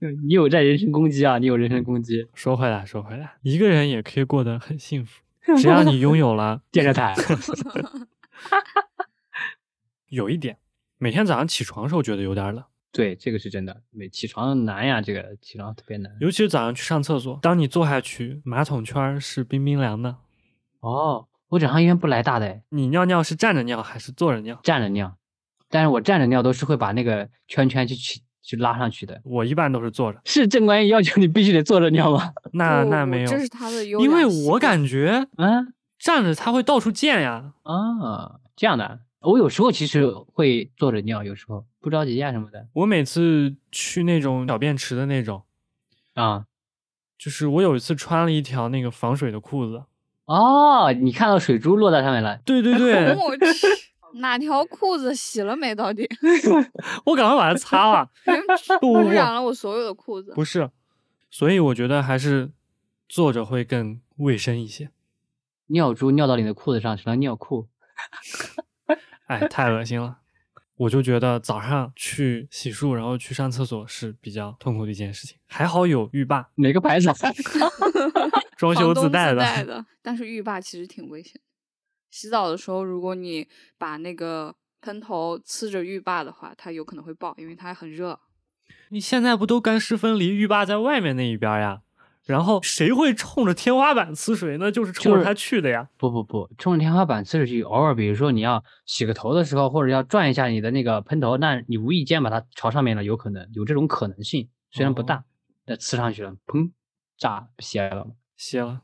Speaker 3: 嗯你有在人身攻击啊！你有人身攻击，
Speaker 2: 说回来，说回来，一个人也可以过得很幸福，只要你拥有了
Speaker 3: 电热毯
Speaker 2: 有一点，每天早上起床的时候觉得有点冷，
Speaker 3: 对，这个是真的。每起床难呀，这个起床特别难。
Speaker 2: 尤其是早上去上厕所，当你坐下去，马桶圈儿是冰冰凉的。
Speaker 3: 哦，我早上一般不来大的诶，
Speaker 2: 你尿尿是站着尿还是坐着尿？
Speaker 3: 站着尿，但是我站着尿都是会把那个圈圈去去去拉上去的。
Speaker 2: 我一般都是坐着，是
Speaker 3: 是正规要求你必须得坐着尿吗？
Speaker 2: 那
Speaker 1: 不
Speaker 2: 那
Speaker 1: 不
Speaker 2: 没有，
Speaker 1: 这是他的优
Speaker 2: 因为
Speaker 1: 良习
Speaker 2: 我
Speaker 1: 惯
Speaker 2: 感觉
Speaker 3: 啊
Speaker 2: 站着它会到处溅呀。
Speaker 3: 啊，这样的啊。我有时候其实会坐着尿，有时候不着急呀、什么的
Speaker 2: 我每次去那种小便池的那种，
Speaker 3: 啊。
Speaker 2: 就是我有一次穿了一条那个防水的裤子，
Speaker 3: 哦，你看到水珠落在上面了，
Speaker 2: 对 对对，
Speaker 1: 我去，哪条裤子洗了没？到底
Speaker 2: 我赶快把它擦了。 不不
Speaker 1: 污
Speaker 2: 不，
Speaker 1: 染了我所有的裤子。
Speaker 2: 不是，所以我觉得还是坐着会更卫生一些。
Speaker 3: 尿珠尿到你的裤子上，成了尿裤。
Speaker 2: 哎，太恶心了。我就觉得早上去洗漱，然后去上厕所是比较痛苦的一件事情。还好有浴霸，
Speaker 3: 哪个牌子？
Speaker 2: 装修
Speaker 1: 房东
Speaker 2: 自
Speaker 1: 自
Speaker 2: 带的。
Speaker 1: 带的。但是浴霸其实挺危险的。洗澡的时候，如果你把那个喷头呲着浴霸的话，它有可能会爆，因为它很热。
Speaker 2: 你现在不都干湿分离，浴霸在外面那一边呀？然后谁会冲着天花板呲水？那就是冲
Speaker 3: 就
Speaker 2: 着
Speaker 3: 是
Speaker 2: 它去的呀。
Speaker 3: 不不不，冲着天花板呲出去，偶尔比如说你要洗个头的时候，或者要转一下你的那个喷头，那你无意间把它朝上面了，有可能有这种可能性，虽然不
Speaker 2: 哦
Speaker 3: 大，但呲上去了，砰，炸血了。
Speaker 2: 歇了。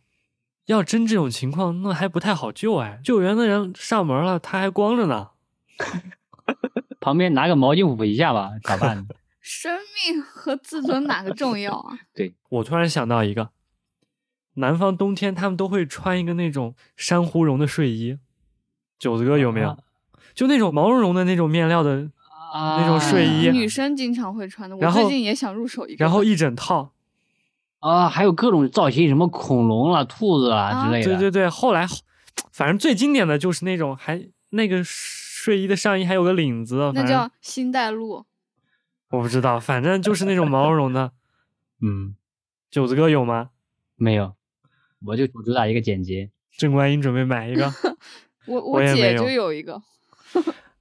Speaker 2: 要真这种情况，那还不太好救哎。救援的人上门了，他还光着呢。
Speaker 3: 旁边拿个毛巾捂一下吧，咋办呢？
Speaker 1: 生命和自尊哪个重要啊？
Speaker 2: 我突然想到一个，南方冬天他们都会穿一个那种珊瑚绒的睡衣，九子哥有没有
Speaker 3: 啊？
Speaker 2: 就那种毛茸茸的那种面料的，
Speaker 3: 啊
Speaker 2: 那种睡衣
Speaker 1: 女生经常会穿的，我
Speaker 2: 然后
Speaker 1: 最近也想入手一个。
Speaker 2: 然后一整套，
Speaker 3: 啊，还有各种造型，什么恐龙啦、兔子啦之
Speaker 1: 啊
Speaker 3: 类的。
Speaker 2: 对对对，后来反正最经典的就是那种还那个睡衣的上衣还有个领子，啊
Speaker 1: 那
Speaker 2: 反正
Speaker 1: 叫新带路。
Speaker 2: 我不知道，反正就是那种毛茸茸的。
Speaker 3: 嗯，
Speaker 2: 九子哥有吗？
Speaker 3: 没有，我就主打一个简洁。
Speaker 2: 郑观音准备买一 个。
Speaker 1: 我
Speaker 2: 我也没
Speaker 1: 姐
Speaker 2: 有
Speaker 1: 就有一个，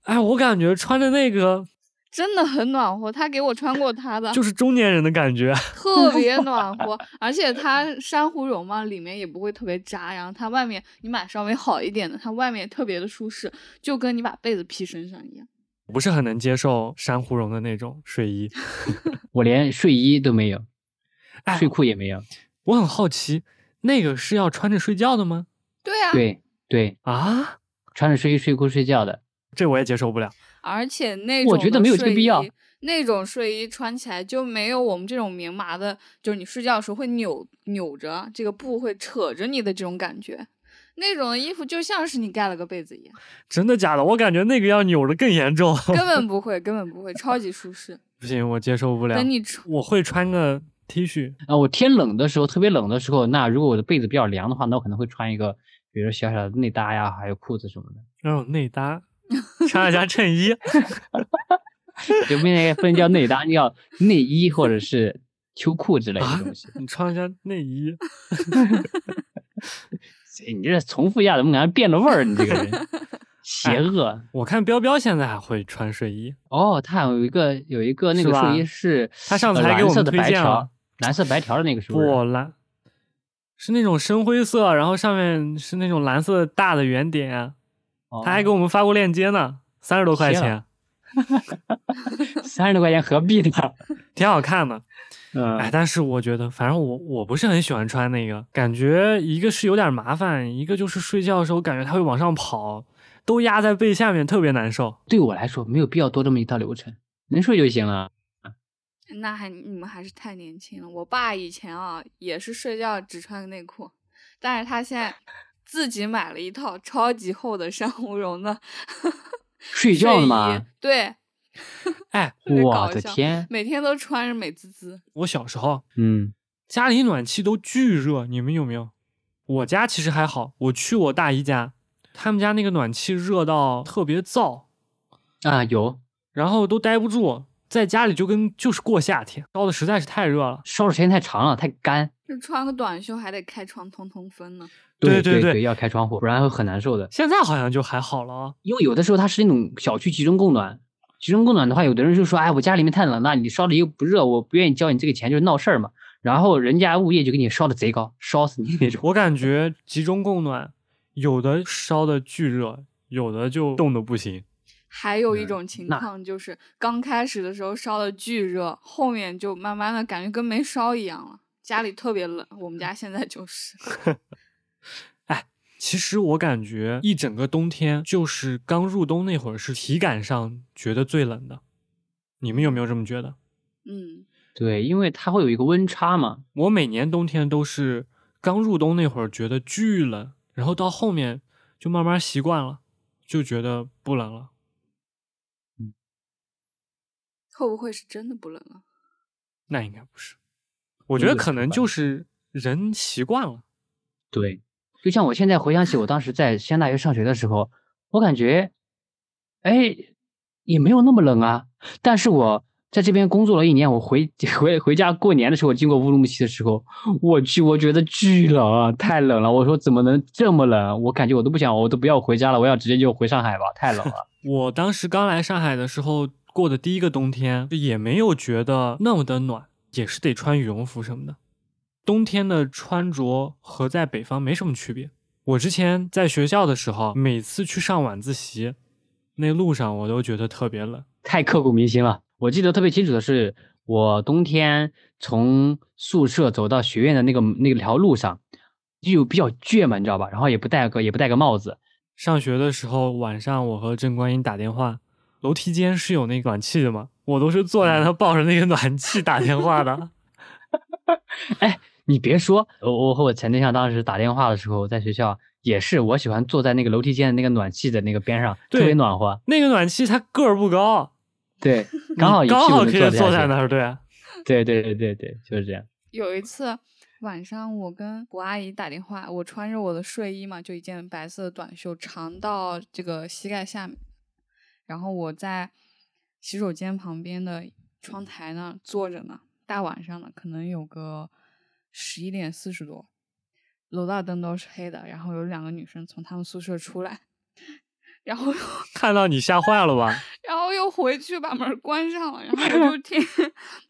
Speaker 2: 哎，我感觉穿着那个
Speaker 1: 真的很暖和，她给我穿过她的，
Speaker 2: 就是中年人的感觉。
Speaker 1: 特别暖和，而且它珊瑚绒嘛，里面也不会特别扎，然后它外面你买稍微好一点的，它外面特别的舒适，就跟你把被子披身上一样。
Speaker 2: 不是很能接受珊瑚绒的那种睡 衣。
Speaker 3: 我连睡衣都没有，
Speaker 2: 哎
Speaker 3: 睡裤也没有。
Speaker 2: 我很好奇，那个是要穿着睡觉的吗？
Speaker 1: 对啊，
Speaker 3: 对对，
Speaker 2: 啊，
Speaker 3: 穿着睡衣睡裤睡觉的，
Speaker 2: 这我也接受不了。
Speaker 1: 而且那种
Speaker 3: 我觉得
Speaker 1: 的
Speaker 3: 没有这个
Speaker 1: 睡
Speaker 3: 必要
Speaker 1: 衣。那种睡衣穿起来就没有我们这种棉麻的，就是你睡觉的时候会扭扭着这个布会扯着你的这种感觉。那种衣服就像是你盖了个被子一样，
Speaker 2: 真的假的？我感觉那个要扭的更严重。
Speaker 1: 根本不会，根本不会，超级舒 适。
Speaker 2: 不行，我接受不了
Speaker 1: 等。你出
Speaker 2: 我会穿个 T 恤，
Speaker 3: 啊，我天冷的时候，特别冷的时候，那如果我的被子比较凉的话，那我可能会穿一个，比如说小小的内搭呀，还有裤子什么的，
Speaker 2: 然后内搭，穿一下衬衣。
Speaker 3: 就不应该不能叫内搭，你叫内衣或者是秋裤之类的
Speaker 2: 啊
Speaker 3: 东西。
Speaker 2: 你穿一下内衣，
Speaker 3: 谁你这重复一下，怎么感觉变了味儿？你这个 人邪恶。
Speaker 2: 我看彪彪现在还会穿睡衣，
Speaker 3: 哦，他有一个有一个那
Speaker 2: 是
Speaker 3: 个
Speaker 2: 吧
Speaker 3: 睡衣是，
Speaker 2: 他上次
Speaker 3: 呃
Speaker 2: 还给
Speaker 3: 蓝
Speaker 2: 我
Speaker 3: 色
Speaker 2: 们
Speaker 3: 的
Speaker 2: 推
Speaker 3: 白
Speaker 2: 荐了
Speaker 3: 条，蓝色白条的那个是不是？
Speaker 2: 不蓝，是那种深灰色，然后上面是那种蓝色的大的圆点。啊
Speaker 3: 哦
Speaker 2: 他还给我们发过链接呢，三十多块
Speaker 3: 天啊
Speaker 2: 钱，
Speaker 3: 哦三十多块钱何必呢？
Speaker 2: 挺好看的。哎，
Speaker 3: 嗯，
Speaker 2: 但是我觉得，反正我我不是很喜欢穿那个，感觉一个是有点麻烦，一个就是睡觉的时候感觉它会往上跑，都压在被下面，特别难受。
Speaker 3: 对我来说没有必要多这么一道流程，能睡就行了。
Speaker 1: 那还你们还是太年轻了。我爸以前啊也是睡觉只穿个内裤，但是他现在自己买了一套超级厚的 珊瑚绒的
Speaker 3: 睡觉呢
Speaker 1: 睡衣
Speaker 3: 嘛，
Speaker 1: 对，
Speaker 2: 哎，
Speaker 1: 特别
Speaker 3: 我
Speaker 1: 搞
Speaker 3: 的
Speaker 1: 笑
Speaker 3: 天，
Speaker 1: 每天都穿着美滋滋。
Speaker 2: 我小时候
Speaker 3: 嗯，
Speaker 2: 家里暖气都巨热，你们有没有？我家其实还好，我去我大姨家，他们家那个暖气热到特别燥，
Speaker 3: 啊，有
Speaker 2: 然后都待不住，在家里就跟就是过夏天，烧的实在是太热了。
Speaker 3: 烧的时间太长了，太干。
Speaker 1: 就穿个短袖还得开窗通通风呢，
Speaker 2: 对对
Speaker 3: 对
Speaker 2: 对
Speaker 3: 要开窗户，不然会很难受的。
Speaker 2: 现在好像就还好了啊。
Speaker 3: 因为有的时候它是那种小区集中供暖，集中供暖的话，有的人就说，哎，我家里面太冷了，你烧的又不热，我不愿意交你这个钱，就是闹事儿嘛。然后人家物业就给你烧的贼高，烧死你那种。
Speaker 2: 我感觉集中供暖，有的烧的巨热，有的就冻得不行。
Speaker 1: 还有一
Speaker 3: 嗯
Speaker 1: 种情
Speaker 3: 那
Speaker 1: 况就是刚开始的时候烧的巨热，后面就慢慢的感觉跟没烧一样了。家里特别冷，我们家现在就是。
Speaker 2: 其实我感觉一整个冬天，就是刚入冬那会儿是体感上觉得最冷的。你们有没有这么觉得？
Speaker 1: 嗯，
Speaker 3: 对，因为它会有一个温差嘛。
Speaker 2: 我每年冬天都是刚入冬那会儿觉得巨冷，然后到后面就慢慢习惯了，就觉得不冷了。
Speaker 1: 会不会是真的不冷啊？
Speaker 2: 那应该不是，我觉得
Speaker 3: 有
Speaker 2: 可能
Speaker 3: 可能
Speaker 2: 就是人习惯了。
Speaker 3: 对，就像我现在回想起我当时在西安大学上学的时候，我感觉，哎，也没有那么冷啊。但是我在这边工作了一年，我回 回回家过年的时候，经过乌鲁木齐的时候，我去，我觉得巨冷啊，太冷了。我说怎么能这么冷？啊我感觉我都不想，我都不要回家了，我要直接就回上海吧，太冷了。
Speaker 2: 我当时刚来上海的时候，过的第一个冬天也没有觉得那么的暖，也是得穿羽绒服什么的。冬天的穿着和在北方没什么区别。我之前在学校的时候，每次去上晚自习，那路上我都觉得特别冷。
Speaker 3: 太刻骨铭心了。我记得特别清楚的是，我冬天从宿舍走到学院的那个那条路上，就比较倔嘛，你知道吧？然后也不戴个也不戴个帽子，
Speaker 2: 上学的时候，晚上我和郑观音打电话，楼梯间是有那个暖气的嘛，我都是坐在那
Speaker 3: 嗯
Speaker 2: 抱着那个暖气打电话的。
Speaker 3: 你别说，我我和我前对象当时打电话的时候，在学校也是，我喜欢坐在那个楼梯间的那个暖气的那个边上，特
Speaker 2: 对
Speaker 3: 别暖和。
Speaker 2: 那个暖气它个儿不高，
Speaker 3: 对，刚好
Speaker 2: 你
Speaker 3: 一
Speaker 2: 刚
Speaker 3: 屁
Speaker 2: 好
Speaker 3: 股
Speaker 2: 可
Speaker 3: 能
Speaker 2: 以
Speaker 3: 坐
Speaker 2: 坐在
Speaker 3: 那
Speaker 2: 那。儿，对啊。
Speaker 3: 对对对对对，就是这样。
Speaker 1: 有一次晚上，我跟胡阿姨打电话，我穿着我的睡衣嘛，就一件白色的短袖，长到这个膝盖下面。然后我在洗手间旁边的窗台呢坐着呢，大晚上的，可能有个十一点四十多，楼道灯都是黑的。然后有两个女生从她们宿舍出来， 然后
Speaker 2: 看到你吓坏了吧？
Speaker 1: 然后又回去把门关上了，然后 我就听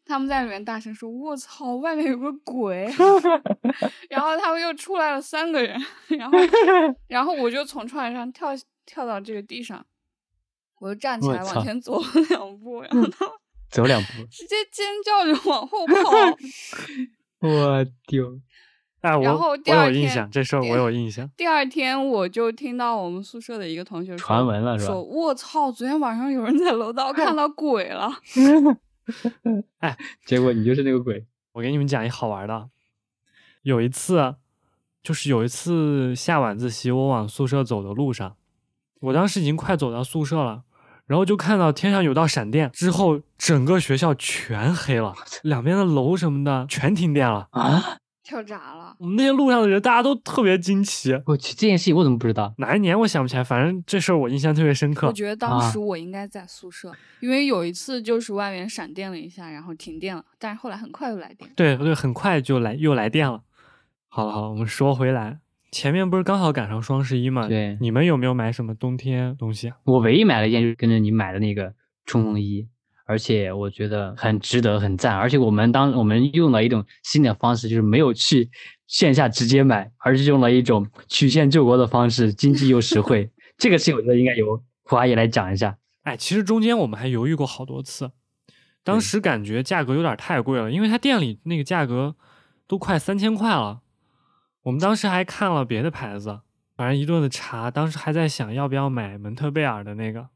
Speaker 1: 他们在里面大声说：“我操，外面有个 鬼！”然后他们又出来了三个人，然 后然后我就从窗台上跳跳到这个地上，我就站起来
Speaker 3: 我操
Speaker 1: 往前 走了两步，然后他们
Speaker 3: 走两步，
Speaker 1: 直接尖叫着往 后跑。
Speaker 3: 我丢，
Speaker 2: 哎，
Speaker 1: 然
Speaker 2: 我
Speaker 1: 后
Speaker 2: 我
Speaker 1: 第二
Speaker 2: 有印
Speaker 1: 天
Speaker 2: 象，这事儿
Speaker 1: 第
Speaker 2: 我有印象。
Speaker 1: 第二天我就听到我们宿舍的一个同学说
Speaker 3: 传闻了是吧
Speaker 1: 说：“我操，昨天晚上有人在楼道看到鬼 了。”
Speaker 3: 结果你就是那个鬼，
Speaker 2: 我给你们讲一好玩的。有一次，啊就是有一次下晚自习，我往宿舍走的路上，我当时已经快走到宿舍了，然后就看到天上有道闪电，之后整个学校全黑了，两边的楼什么的全停电了。
Speaker 3: 啊！
Speaker 1: 跳闸了，
Speaker 2: 我们那些路上的人，大家都特别惊奇。
Speaker 3: 我去，这件事情我怎么不知道？
Speaker 2: 哪一年我想不起来，反正这事儿我印象特别深刻
Speaker 1: 我。觉得当
Speaker 3: 啊
Speaker 1: 时我应该在宿舍，因为有一次就是外面闪电了一下，然后停电了，但是后来很快又来电。
Speaker 2: 对对，很快就来又来电了。好了好了，我们说回来，前面不是刚好赶上双十一嘛？
Speaker 3: 对
Speaker 2: 你们有没有买什么冬天东西啊？
Speaker 3: 我唯一买了一件就是跟着你买的那个冲锋衣，而且我觉得很值得，很赞。而且我们当我们用了一种新的方式，就是没有去线下直接买，而是用了一种曲线救国的方式，经济又实 惠。这个事情我觉得应该由胡阿姨来讲一下。
Speaker 2: 哎，其实中间我们还犹豫过好多次，当
Speaker 3: 对
Speaker 2: 时感觉价格有点太贵了，因为他店里那个价格都快三千块了。我们当时还看了别的牌子，反正一顿的查，当时还在想要不要买蒙特贝尔的那个，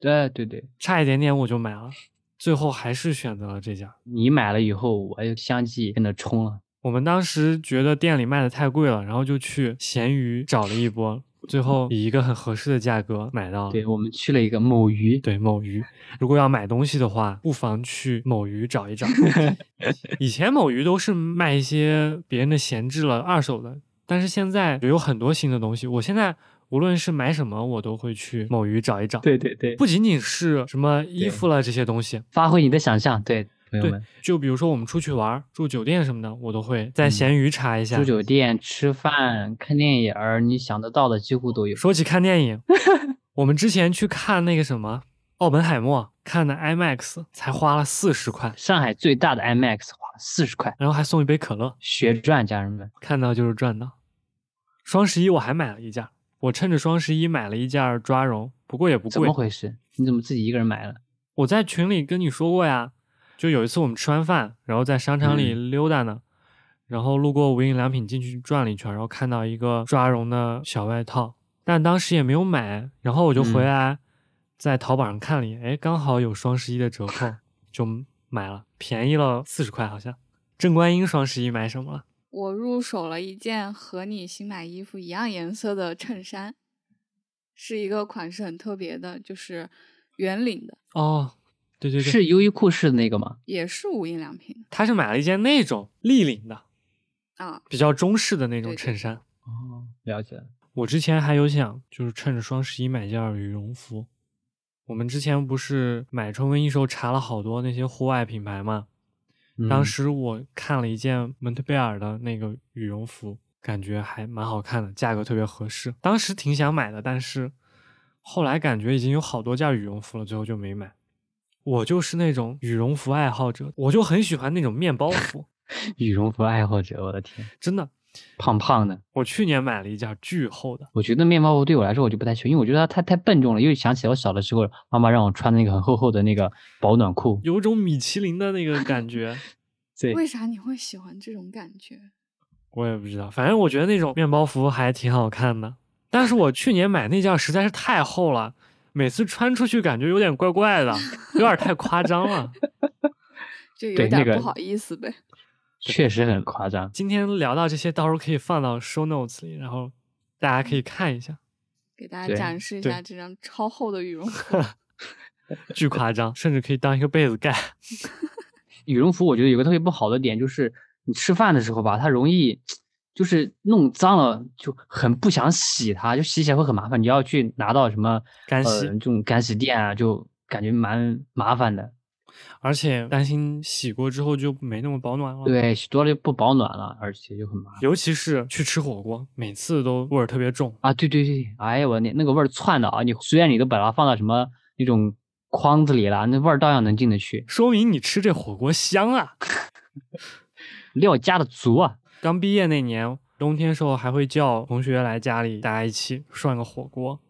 Speaker 3: 对对对，
Speaker 2: 差一点点我就买了，最后还是选择了这家。
Speaker 3: 你买了以后，我又相继跟着冲了。
Speaker 2: 我们当时觉得店里卖的太贵了，然后就去闲鱼找了一波，最后以一个很合适的价格买到了。
Speaker 3: 对我们去了一个某鱼，
Speaker 2: 对某鱼，如果要买东西的话，不妨去某鱼找一 找。 以前某鱼都是卖一些别人的闲置了二手的，但是现在有很多新的东西。我现在无论是买什么，我都会去某鱼找一找。，
Speaker 3: 对对对，
Speaker 2: 不仅仅是什么衣
Speaker 3: 对
Speaker 2: 服了这些东西，
Speaker 3: 发挥你的想象，对朋友
Speaker 2: 对
Speaker 3: 们，，
Speaker 2: 就比如说我们出去玩儿住酒店什么的，我都会在
Speaker 3: 嗯
Speaker 2: 闲鱼查一下。
Speaker 3: 住酒店、吃饭、看电影儿，你想得到的几乎都有。
Speaker 2: 说起看电影，我们之前去看那个什么《奥本海默》，看的 IMAX 才花了四十块，
Speaker 3: 上海最大的 IMAX 花了四十块，
Speaker 2: 然后还送一杯可乐，
Speaker 3: 血赚，家人们。
Speaker 2: 看到就是赚到。双十一我还买了一件儿，我趁着双十一买了一件儿抓绒，不过也不
Speaker 3: 怎
Speaker 2: 贵
Speaker 3: 么。回事？你怎么自己一个人买了？
Speaker 2: 我在群里跟你说过呀，就有一次我们吃完饭，然后在商场里溜达呢，然后路过无印良品进去转了一圈，然后看到一个抓绒的小外套，但当时也没有买，然后我就回
Speaker 3: 嗯
Speaker 2: 来在淘宝上看了一眼，哎，刚好有双十一的折扣，就买了，便宜了四十块好像。郑观音双十一买什么了？
Speaker 1: 我入手了一件和你新买衣服一样颜色的衬衫，是一个款式很特别的，就是圆领的，
Speaker 2: 哦，对对对，
Speaker 3: 是优衣库式的那个吗？
Speaker 1: 也是无印良品
Speaker 2: 他是买了一件那种立领的，
Speaker 1: 的啊。
Speaker 2: 比较中式的那种
Speaker 1: 对对
Speaker 2: 衬衫。
Speaker 3: 哦，了解了。
Speaker 2: 我之前还有想，就是趁着双十一买件羽绒服。我们之前不是买冲锋衣时候查了好多那些户外品牌嘛？当
Speaker 3: 嗯
Speaker 2: 时我看了一件蒙特贝尔的那个羽绒服，感觉还蛮好看的，价格特别合适。当时挺想买的，但是后来感觉已经有好多件羽绒服了，最后就没买。我就是那种羽绒服爱好者，我就很喜欢那种面包服，
Speaker 3: 羽绒服爱好者，我的天，
Speaker 2: 真的。
Speaker 3: 胖胖的。
Speaker 2: 我去年买了一件巨厚的，
Speaker 3: 我觉得面包服对我来说我就不太喜欢，因为我觉得它太太笨重了。又想起来我小的时候，妈妈让我穿那个很厚厚的那个保暖裤。
Speaker 2: 有种米其林的那个感觉。
Speaker 3: 对
Speaker 1: 为啥你会喜欢这种感觉？
Speaker 2: 我也不知道，反正我觉得那种面包服还挺好看的。但是我去年买那件实在是太厚了，每次穿出去感觉有点怪怪的，有点太夸张了。
Speaker 1: 就有
Speaker 3: 对
Speaker 1: 点
Speaker 3: 那个
Speaker 1: 不好意思呗。
Speaker 3: 确实很夸张。
Speaker 2: 今天聊到这些，到时候可以放到 show notes 里，然后大家可以看一下，
Speaker 1: 给大家
Speaker 3: 对
Speaker 1: 展示一
Speaker 2: 对
Speaker 1: 下这张超厚的羽绒服。
Speaker 2: 巨夸张，甚至可以当一个被子盖。
Speaker 3: 羽绒服我觉得有个特别不好的点就是。你吃饭的时候吧，它容易就是弄脏了，就很不想洗它，就洗起来会很麻烦。你要去拿到什么
Speaker 2: 干洗
Speaker 3: 呃、这种干洗店啊，就感觉蛮麻烦的。
Speaker 2: 而且担心洗过之后就没那么保暖了。，
Speaker 3: 对，洗多了就不保暖了，而且就很麻烦。
Speaker 2: 尤其是去吃火锅，每次都味儿特别重。
Speaker 3: 啊，对对对，哎呀，我那那个味儿窜的啊！你虽然你都把它放到什么那种筐子里了，那味儿照样能进得去，
Speaker 2: 说明你吃这火锅香啊！
Speaker 3: 料加的足啊！
Speaker 2: 刚毕业那年，冬天时候还会叫同学来家里，大家一起涮个火锅。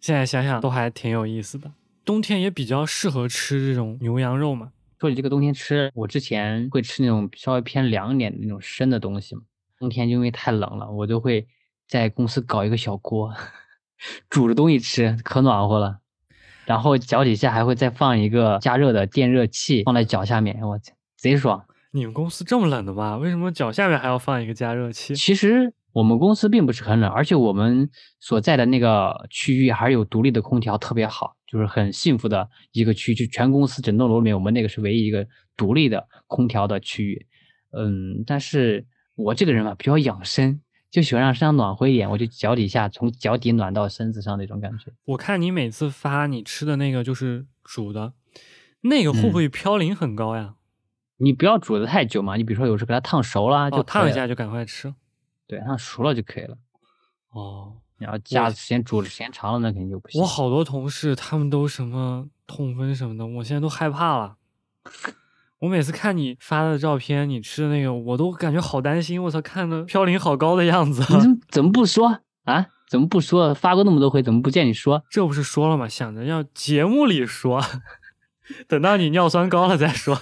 Speaker 2: 现在想想都还挺有意思的。冬天也比较适合吃这种牛羊肉嘛。
Speaker 3: 说起这个冬天吃，我之前会吃那种稍微偏凉一点的那种生的东西嘛。冬天就因为太冷了，我就会在公司搞一个小锅， 煮着东西吃，可暖和了。然后脚底下还会再放一个加热的电热器，放在脚下面，我去，贼爽。
Speaker 2: 你们公司这么冷的吗？为什么脚下面还要放一个加热器？
Speaker 3: 其实我们公司并不是很冷，而且我们所在的那个区域还是有独立的空调，特别好，就是很幸福的一个区域。就全公司整栋楼里面，我们那个是唯一一个独立的空调的区域。嗯，但是我这个人啊吧，比较养生，就喜欢让身上暖和一点，我就脚底下从脚底暖到身子上那种感觉。
Speaker 2: 我看你每次发你吃的那个就是煮的，那个会不
Speaker 3: 嗯
Speaker 2: 会嘌呤很高呀？
Speaker 3: 你不要煮的太久嘛，你比如说有时候给它烫熟了就
Speaker 2: 哦，烫
Speaker 3: 可
Speaker 2: 一
Speaker 3: 以了
Speaker 2: 下，就赶快吃。
Speaker 3: 对，烫熟了就可以了。
Speaker 2: 哦，
Speaker 3: 然后架
Speaker 2: 我
Speaker 3: 时间煮的时间长了，那肯定就不行。
Speaker 2: 我好多同事他们都什么痛风什么的，我现在都害怕了。我每次看你发的照片，你吃的那个，我都感觉好担心。我操，看着嘌呤好高的样子，
Speaker 3: 你怎么怎么不说啊？怎么不说？发过那么多回，怎么不见你说？
Speaker 2: 这不是说了吗？想着要节目里说， 等到你尿酸高了再 说。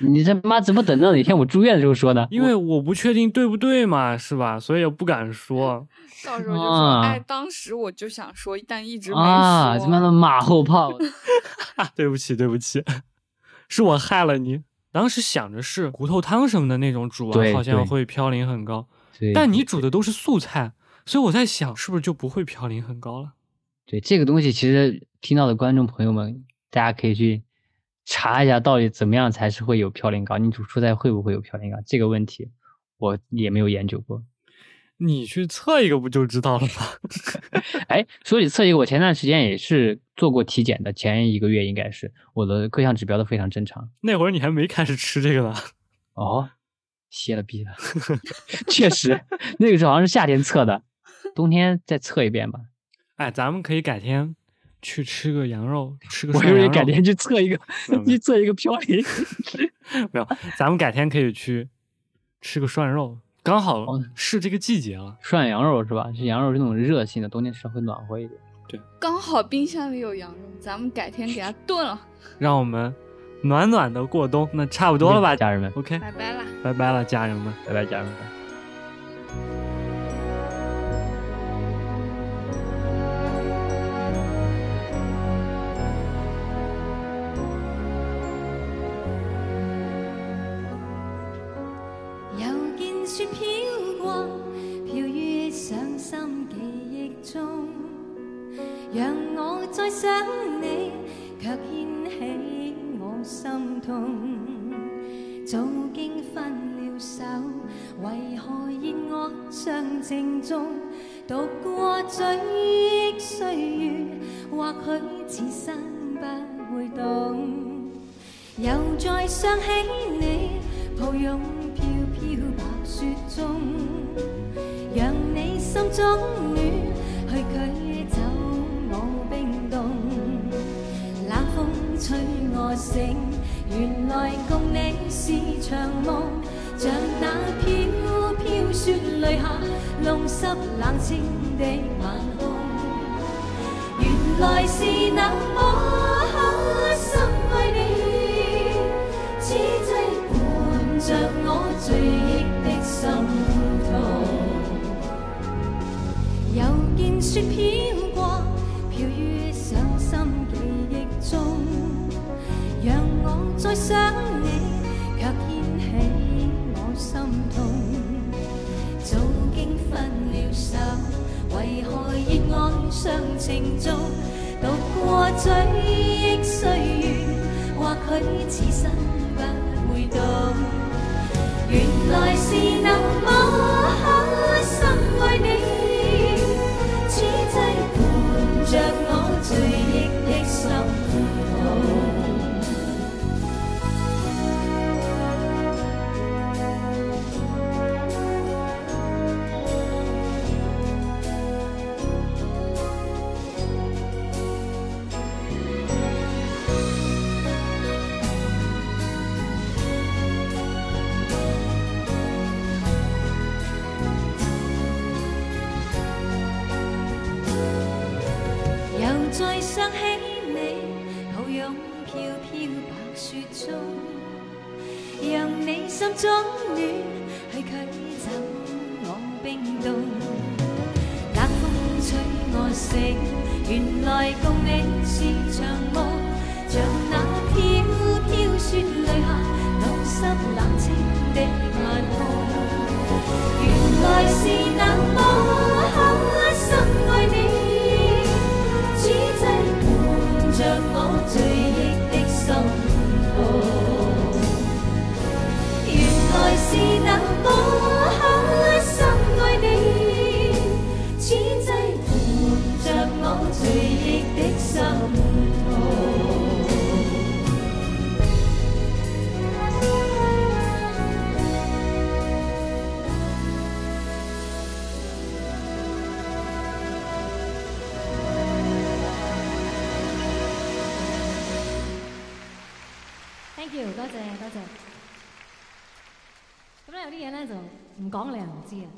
Speaker 3: 你他妈怎么等到哪天我住院的时候说呢？
Speaker 2: 因为我不确定对不对嘛，是吧？所以也不敢说。
Speaker 1: 到时候就说，
Speaker 3: 啊
Speaker 1: 哎，当时我就想说，但一直没说。
Speaker 3: 啊，他妈的马后 炮！
Speaker 2: 对不起，对不起， 是我害了你。当时想着是骨头汤什么的那种煮
Speaker 3: 对
Speaker 2: 完，好像
Speaker 3: 对
Speaker 2: 会嘌呤很高。
Speaker 3: 对
Speaker 2: 但你煮的都是素菜，所以我在想，是不是就不会嘌呤很高了？
Speaker 3: 对这个东西，其实听到的观众朋友们，大家可以去查一下，到底怎么样才是会有嘌呤高？你煮蔬菜会不会有嘌呤高？这个问题我也没有研究过。
Speaker 2: 你去测一个不就知道了吗？
Speaker 3: 哎，说起测一个，我前段时间也是做过体检的，前一个月应该是我的各项指标都非常正常。
Speaker 2: 那会儿你还没开始吃这个呢。
Speaker 3: 哦，歇 了逼了，确实，那个时候好像是夏天测的，冬天再测一遍吧。
Speaker 2: 哎，咱们可以改天去吃个羊肉，吃个
Speaker 3: 我
Speaker 2: 涮
Speaker 3: 以
Speaker 2: 羊
Speaker 3: 为
Speaker 2: 肉。
Speaker 3: 改天去测一个
Speaker 2: 没有，没有
Speaker 3: 去测一个嘌呤。
Speaker 2: 没有，咱们改天可以去吃个涮肉，刚好
Speaker 3: 好的
Speaker 2: 是这个季节了。
Speaker 3: 涮羊肉是吧？是羊肉是那种热性的，冬天吃上会暖和一点。
Speaker 1: 刚好冰箱里有羊肉，咱们改天给它炖了。
Speaker 2: 让我们暖暖的过冬。那差不多了吧，
Speaker 3: 家人们，
Speaker 2: ？OK，
Speaker 1: 拜拜啦。
Speaker 2: 拜拜了，家人们。
Speaker 3: 拜拜，家人们。
Speaker 4: 又見雪飄過，飄於上心記憶中。讓我再想你，卻掀起我心痛。早經分了手，為何熱我像正宗？渡過追憶歲月，或許此生不會懂。又再想起你，抱擁飄飄白雪中，讓你心中暖，去驅走我冰凍。冷風吹我醒，原來共你是場夢，像那飄飄雪淚下，弄濕冷清的晚空。原來是那麼心愛你，此際伴着我追憶的心痛。又見雪飄過，飄於上心記憶中，讓我再想你，卻掀起我心痛。早經分了手，為何熱愛尚情重？渡過追憶歲月，或許此生不會懂。原來是那麼刻心愛你，此際伴着我最憶的心痛。又再想起你，抱擁飄飄白雪中，讓你心中暖，去驅走我冰凍。冷風吹我醒，原來共你是場夢，像那飄飄雪淚下，流濕冷清的眼紅。原來是那麼刻心愛你，此際伴着我最憶的心痛。原來是那麼刻心愛你，此際伴着我最憶的心痛。
Speaker 5: Thank you，多謝多謝。咁咧有啲嘢咧就唔講你又唔知啊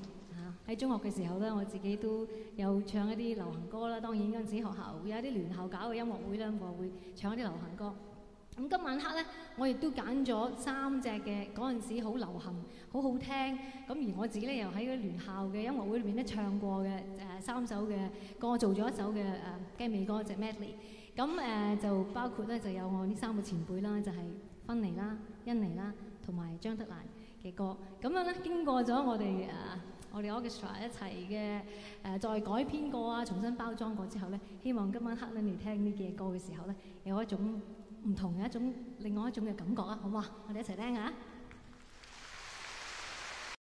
Speaker 5: 嚇。喺中學嘅時候咧，我自己都有唱一啲流行歌啦。當然嗰陣時學校會有一啲聯校搞嘅音樂會咧，我會唱一啲流行歌。咁今晚黑咧，我亦都揀咗三隻嘅嗰陣時好流行、好好聽。咁而我自己咧又喺聯校嘅音樂會裏面咧唱過嘅誒、呃三首嘅歌，做咗一首嘅誒雞尾歌隻 medley。咁誒、呃就包括咧就有我呢三個前輩啦，就係、芬妮啦、欣妮啦同埋張德蘭嘅歌。咁樣咧，經過咗我哋誒、呃我哋 orchestra 一齊嘅誒再改編過啊，重新包裝過之後咧，希望今晚黑咧你聽呢幾隻歌嘅時候咧，有一種唔同嘅一種另外一種嘅感覺啊，好嘛？我哋一齊聽下。